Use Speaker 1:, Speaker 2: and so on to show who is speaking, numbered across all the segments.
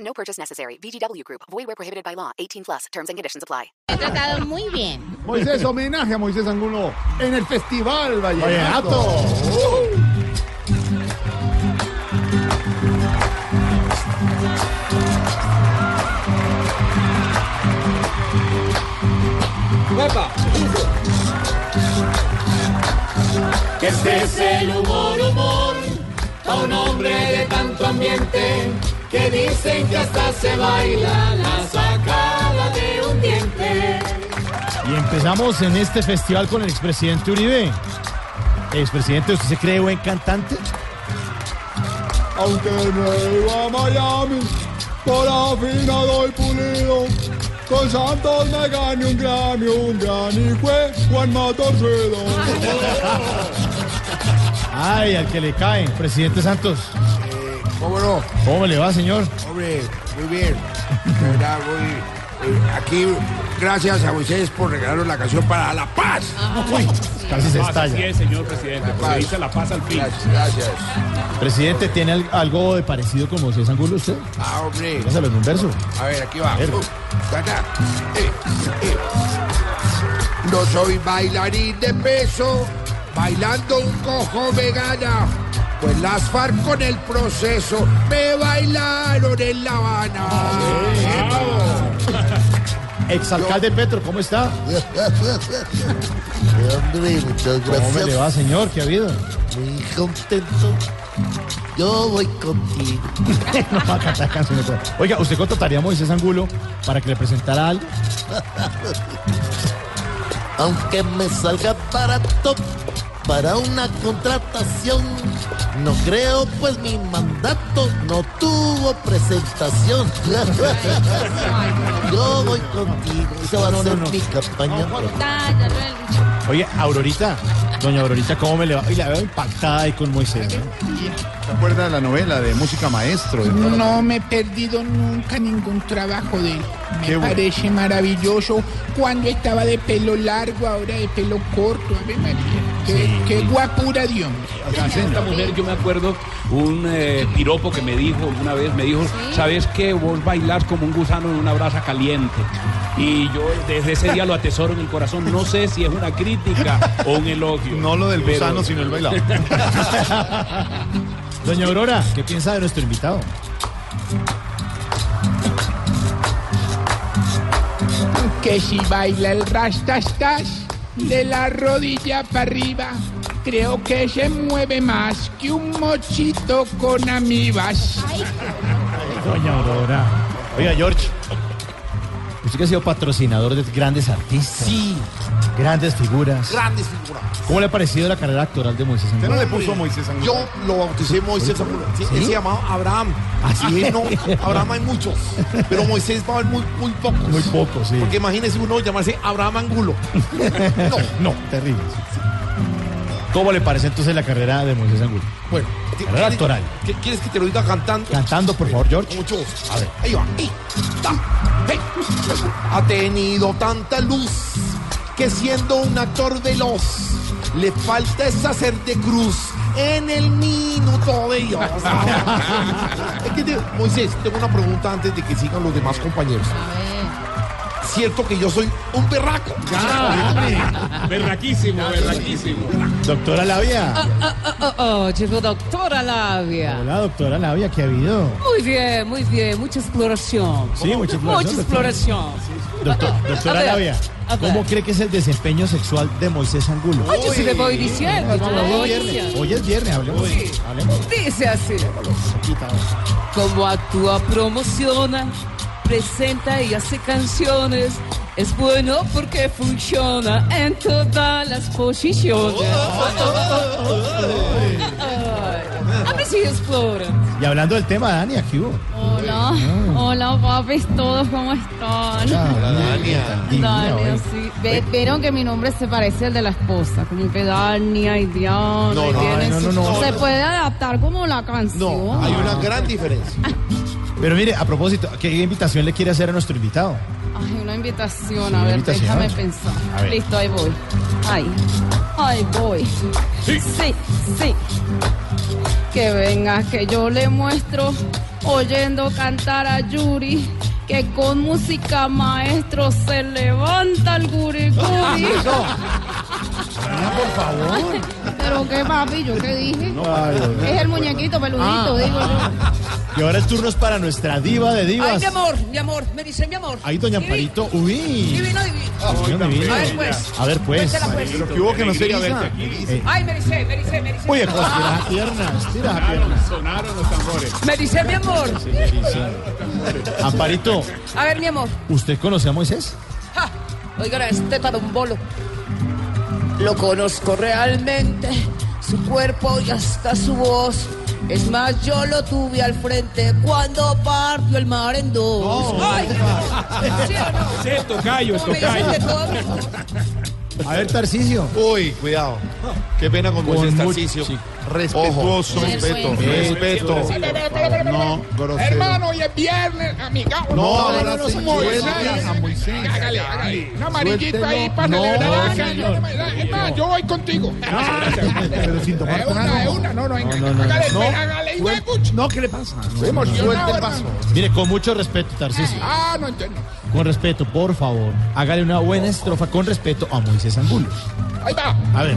Speaker 1: No purchase necessary. VGW Group. Void where prohibited by law. 18 plus. Terms and conditions apply.
Speaker 2: He tratado muy bien.
Speaker 3: Moisés, homenaje a Moisés Angulo en el Festival Vallenato.
Speaker 4: Este es el humor, humor, a un hombre de tanto ambiente, que dicen que hasta se baila la sacada de un diente.
Speaker 5: Y empezamos en este festival con el expresidente Uribe. Expresidente, ¿usted se cree buen cantante?
Speaker 3: Aunque me iba a Miami, por afinado y pulido, con Santos me gané un Grammy, un Grammy fue Juan Matorcedo.
Speaker 5: Ay, al que le caen, presidente Santos.
Speaker 6: ¿Cómo no?
Speaker 5: ¿Cómo le va, señor?
Speaker 6: Hombre, muy bien. De verdad, muy, eh, aquí, gracias a ustedes por regalarnos la canción para la paz.
Speaker 7: Ah.
Speaker 5: Uy, casi se
Speaker 7: Así
Speaker 5: estalla.
Speaker 7: es, señor presidente, porque dice la paz al fin.
Speaker 6: Gracias, gracias.
Speaker 5: Presidente, ¿tiene al- algo de parecido con Moisés Angulo usted?
Speaker 6: Ah, hombre.
Speaker 5: Pásalo en un verso.
Speaker 6: A ver, aquí va. Uh, acá. Eh, eh. No soy bailarín de peso, bailando un cojo me gana. Pues las FARC con el proceso me bailaron en La Habana.
Speaker 5: Exalcalde Petro, ¿cómo está?
Speaker 8: Hombre, muchas
Speaker 5: ¿Cómo le
Speaker 8: gracias.
Speaker 5: va, señor? ¿Qué ha habido?
Speaker 8: Muy contento. Yo voy contigo.
Speaker 5: No va a cantar canciones. pues. Oiga, ¿usted contrataría a Moisés Angulo para que le presentara algo?
Speaker 8: Aunque me salga barato para una contratación. No creo, pues mi mandato no tuvo presentación. Yo voy contigo. Esa va a ser mi campaña.
Speaker 9: Ah,
Speaker 2: Talla, lo del Richard.
Speaker 5: Oye, Aurorita, doña Aurorita, ¿cómo me le va? Y la veo impactada ahí con Moisés, ¿no?
Speaker 3: ¿Te acuerdas de la novela de Música Maestro?
Speaker 10: No me he perdido nunca ningún trabajo de él. Me
Speaker 3: Qué bueno.
Speaker 10: parece maravilloso. Cuando estaba de pelo largo, ahora de pelo corto. Ave María. Qué, qué guapura de hombre.
Speaker 7: Esta mujer, yo me acuerdo un eh, piropo que me dijo una vez, me dijo, ¿sabes qué? Vos bailás como un gusano en una brasa caliente. Y yo desde ese día lo atesoro en el corazón. No sé si es una crítica o un elogio.
Speaker 3: No lo del
Speaker 7: Pero-
Speaker 3: gusano, sino el bailado.
Speaker 5: Doña Aurora, ¿qué piensa de nuestro invitado?
Speaker 10: Que si baila el rastastas de la rodilla para arriba, creo que se mueve más que un mochito con amibas.
Speaker 5: Doña Aurora. Oiga, George. Usted que ha sido patrocinador de grandes artistas.
Speaker 6: Sí,
Speaker 5: Grandes figuras.
Speaker 6: grandes figuras.
Speaker 5: ¿Cómo le ha parecido la carrera actoral de Moisés
Speaker 3: ¿Usted no
Speaker 5: Angulo?
Speaker 3: le puso Moisés Angulo?
Speaker 6: Yo lo bauticé Moisés Angulo. Sí, Él se llamaba Abraham. Así es. No, Abraham hay muchos. Pero Moisés va a haber muy, muy pocos.
Speaker 5: Muy poco, sí.
Speaker 6: Porque imagínese uno llamarse Abraham Angulo. No.
Speaker 5: No, terrible. ¿Cómo le parece entonces la carrera de Moisés Angulo?
Speaker 6: Bueno,
Speaker 5: Carrera actoral.
Speaker 6: ¿qué- ¿Quieres que te lo diga cantando? Eh,
Speaker 5: Cantando, por favor, George.
Speaker 6: Mucho gusto. A ver, ahí va. Ahí, ta, hey. Ha tenido tanta luz que siendo un actor veloz le falta es hacer de cruz en el minuto de Dios. Es que te- Moisés, tengo una pregunta antes de que sigan los demás compañeros. Cierto que yo soy un berraco.
Speaker 7: Berraquísimo, berraquísimo.
Speaker 5: Doctora Labia.
Speaker 9: Oh, oh, llegó doctora Labia.
Speaker 5: Hola, doctora Labia, ¿qué ha habido?
Speaker 9: Muy bien, muy bien, mucha exploración.
Speaker 5: Sí, mucha exploración,
Speaker 9: Mucha exploración.
Speaker 5: Doctor- doctora
Speaker 9: ver,
Speaker 5: Labia,
Speaker 9: Ah, a ver.
Speaker 5: ¿cómo cree que es el desempeño sexual de Moisés Angulo?
Speaker 9: Ay, yo sí le voy diciendo, yo le voy
Speaker 5: Hoy es viernes,
Speaker 9: diciendo.
Speaker 5: hoy es viernes, hablemos. hablemos.
Speaker 9: Dice así. Como actúa, promociona, presenta y hace canciones. Es bueno porque funciona en todas las posiciones. oh, Ay, A ver si explora.
Speaker 5: Y hablando del tema, Dani, aquí hubo.
Speaker 2: Hola,
Speaker 11: Ah.
Speaker 9: Hola, papis, todos, ¿cómo están?
Speaker 11: Hola, Dania.
Speaker 9: Dania, sí. Ve- Vieron que mi nombre se parece al de la esposa, como que Dania y Diana.
Speaker 11: No,
Speaker 9: y
Speaker 11: no,
Speaker 9: tienen
Speaker 11: no,
Speaker 9: su-
Speaker 11: no, no,
Speaker 9: se
Speaker 11: no.
Speaker 9: puede adaptar como la canción.
Speaker 11: No, hay una gran diferencia.
Speaker 5: Pero mire, a propósito, ¿qué invitación le quiere hacer a nuestro invitado?
Speaker 9: Ay, una invitación,
Speaker 5: Sí,
Speaker 9: a
Speaker 5: una
Speaker 9: ver,
Speaker 5: invitación.
Speaker 9: déjame pensar.
Speaker 5: A ver.
Speaker 9: Listo, ahí voy. Ahí. Ahí voy. Sí. sí, Que venga, que yo le muestro, oyendo cantar a Yuri, que con música maestro se levanta el guriguri.
Speaker 11: Ah, por favor.
Speaker 9: Pero qué papi, yo qué dije.
Speaker 5: Ay, Dios mío.
Speaker 9: Es el muñequito
Speaker 5: Ah.
Speaker 9: peludito, digo yo.
Speaker 5: Y ahora el turno es para nuestra diva de
Speaker 4: Ay,
Speaker 5: divas.
Speaker 4: mi amor, mi amor, me dice mi amor.
Speaker 5: Ahí, doña
Speaker 4: Divi-
Speaker 5: Amparito. Uy. Ah,
Speaker 4: Divino, divino.
Speaker 5: Dios mío.
Speaker 4: Ah, A ver, pues.
Speaker 5: A ver, pues.
Speaker 4: Cuéntela, pues.
Speaker 5: Pero que hubo que no se
Speaker 11: Alegría
Speaker 5: diga.
Speaker 11: verte aquí,
Speaker 5: Eh,
Speaker 4: Ay, me dice, me dice, me dice.
Speaker 5: Oye, pues tira la pierna, estira la pierna.
Speaker 6: Sonaron los tambores.
Speaker 4: Me dice mi amor.
Speaker 5: Amparito,
Speaker 4: A ver, mi amor.
Speaker 5: ¿usted conoce a Moisés?
Speaker 4: Ja, Oigan a Ah, este tarumbolo. Lo conozco realmente, su cuerpo y hasta su voz. Es más, yo lo tuve al frente cuando partió el mar en dos. ¡Ay! ¿Sí o no?
Speaker 6: Se tocayo,
Speaker 5: pues
Speaker 4: Me
Speaker 6: es
Speaker 4: dicen
Speaker 6: tocayo.
Speaker 4: de todo.
Speaker 5: A ver, Tarcicio.
Speaker 11: Uy, cuidado. Qué pena con Moisés
Speaker 5: mucho-
Speaker 11: Tarcicio.
Speaker 5: sí.
Speaker 11: Respetuoso.
Speaker 9: Ojo.
Speaker 11: respeto.
Speaker 9: Bien.
Speaker 11: Respeto. No, grosero.
Speaker 10: Hermano, hoy es viernes, amiga.
Speaker 11: No,
Speaker 10: Hola,
Speaker 11: no, no,
Speaker 10: Moisés.
Speaker 11: suelte a Moisés.
Speaker 10: Hágale, hágale. Un amarillito
Speaker 11: Suéltelo.
Speaker 10: ahí para
Speaker 11: No,
Speaker 10: celebrar.
Speaker 11: señor.
Speaker 10: Es más, yo voy contigo.
Speaker 5: Pero sin tomar
Speaker 10: Es una, es una. No, no, venga.
Speaker 5: No, no, no.
Speaker 10: Hágale,
Speaker 5: No.
Speaker 10: pues, hágale. hijo de pucha.
Speaker 11: No, ¿qué le pasa?
Speaker 10: Estoy emocionado,
Speaker 11: Suelta el
Speaker 10: hermano.
Speaker 11: vaso.
Speaker 5: Mire, con mucho respeto, Tarcicio.
Speaker 10: Ah, no entiendo.
Speaker 5: Con respeto, por favor. Hágale una buena estrofa con respeto a Moisés Angulo.
Speaker 10: Ahí va.
Speaker 5: A ver.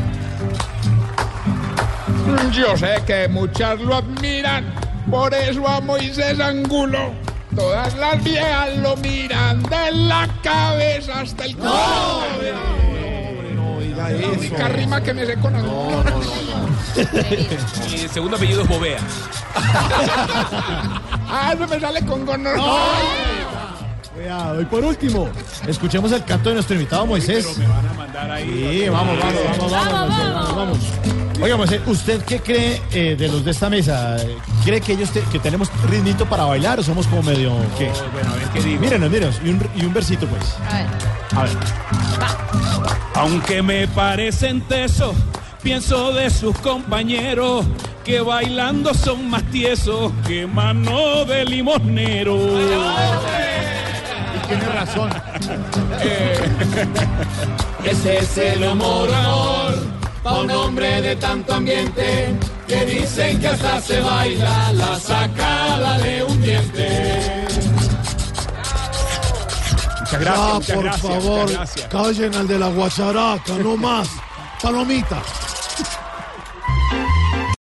Speaker 10: Yo sé que muchas lo admiran, por eso a Moisés Angulo. Todas las viejas lo miran de la cabeza hasta el codo. La única rima que me sé con
Speaker 6: Y el segundo apellido es Bovea.
Speaker 10: Ah, no me sale con gonorrea.
Speaker 5: Cuidado. Y por último, escuchemos el canto de nuestro invitado Moisés.
Speaker 6: Van a mandar ahí.
Speaker 5: Sí, vamos, vamos, vamos, vamos, Moisés, vamos, vamos. Oiga, Moisés, ¿usted qué cree eh, de los de esta mesa? ¿Cree que ellos te- que tenemos ritmito para bailar o somos como medio qué?
Speaker 6: Bueno, a ver qué digo.
Speaker 5: Mírenos, mírenos, y un, y un versito pues.
Speaker 9: A ver.
Speaker 5: A ver.
Speaker 6: Aunque me parecen tesos, pienso de sus compañeros que bailando son más tiesos que mano de limosnero.
Speaker 5: Tiene razón.
Speaker 6: Eh.
Speaker 12: Ese es el amor, amor, pa' un hombre de tanto ambiente, que dicen que hasta se baila la sacada de un diente.
Speaker 6: Muchas gracias,
Speaker 13: Ah,
Speaker 6: muchas
Speaker 13: por
Speaker 6: gracias,
Speaker 13: favor,
Speaker 6: muchas gracias.
Speaker 13: callen al de la guacharaca, no más. Palomita,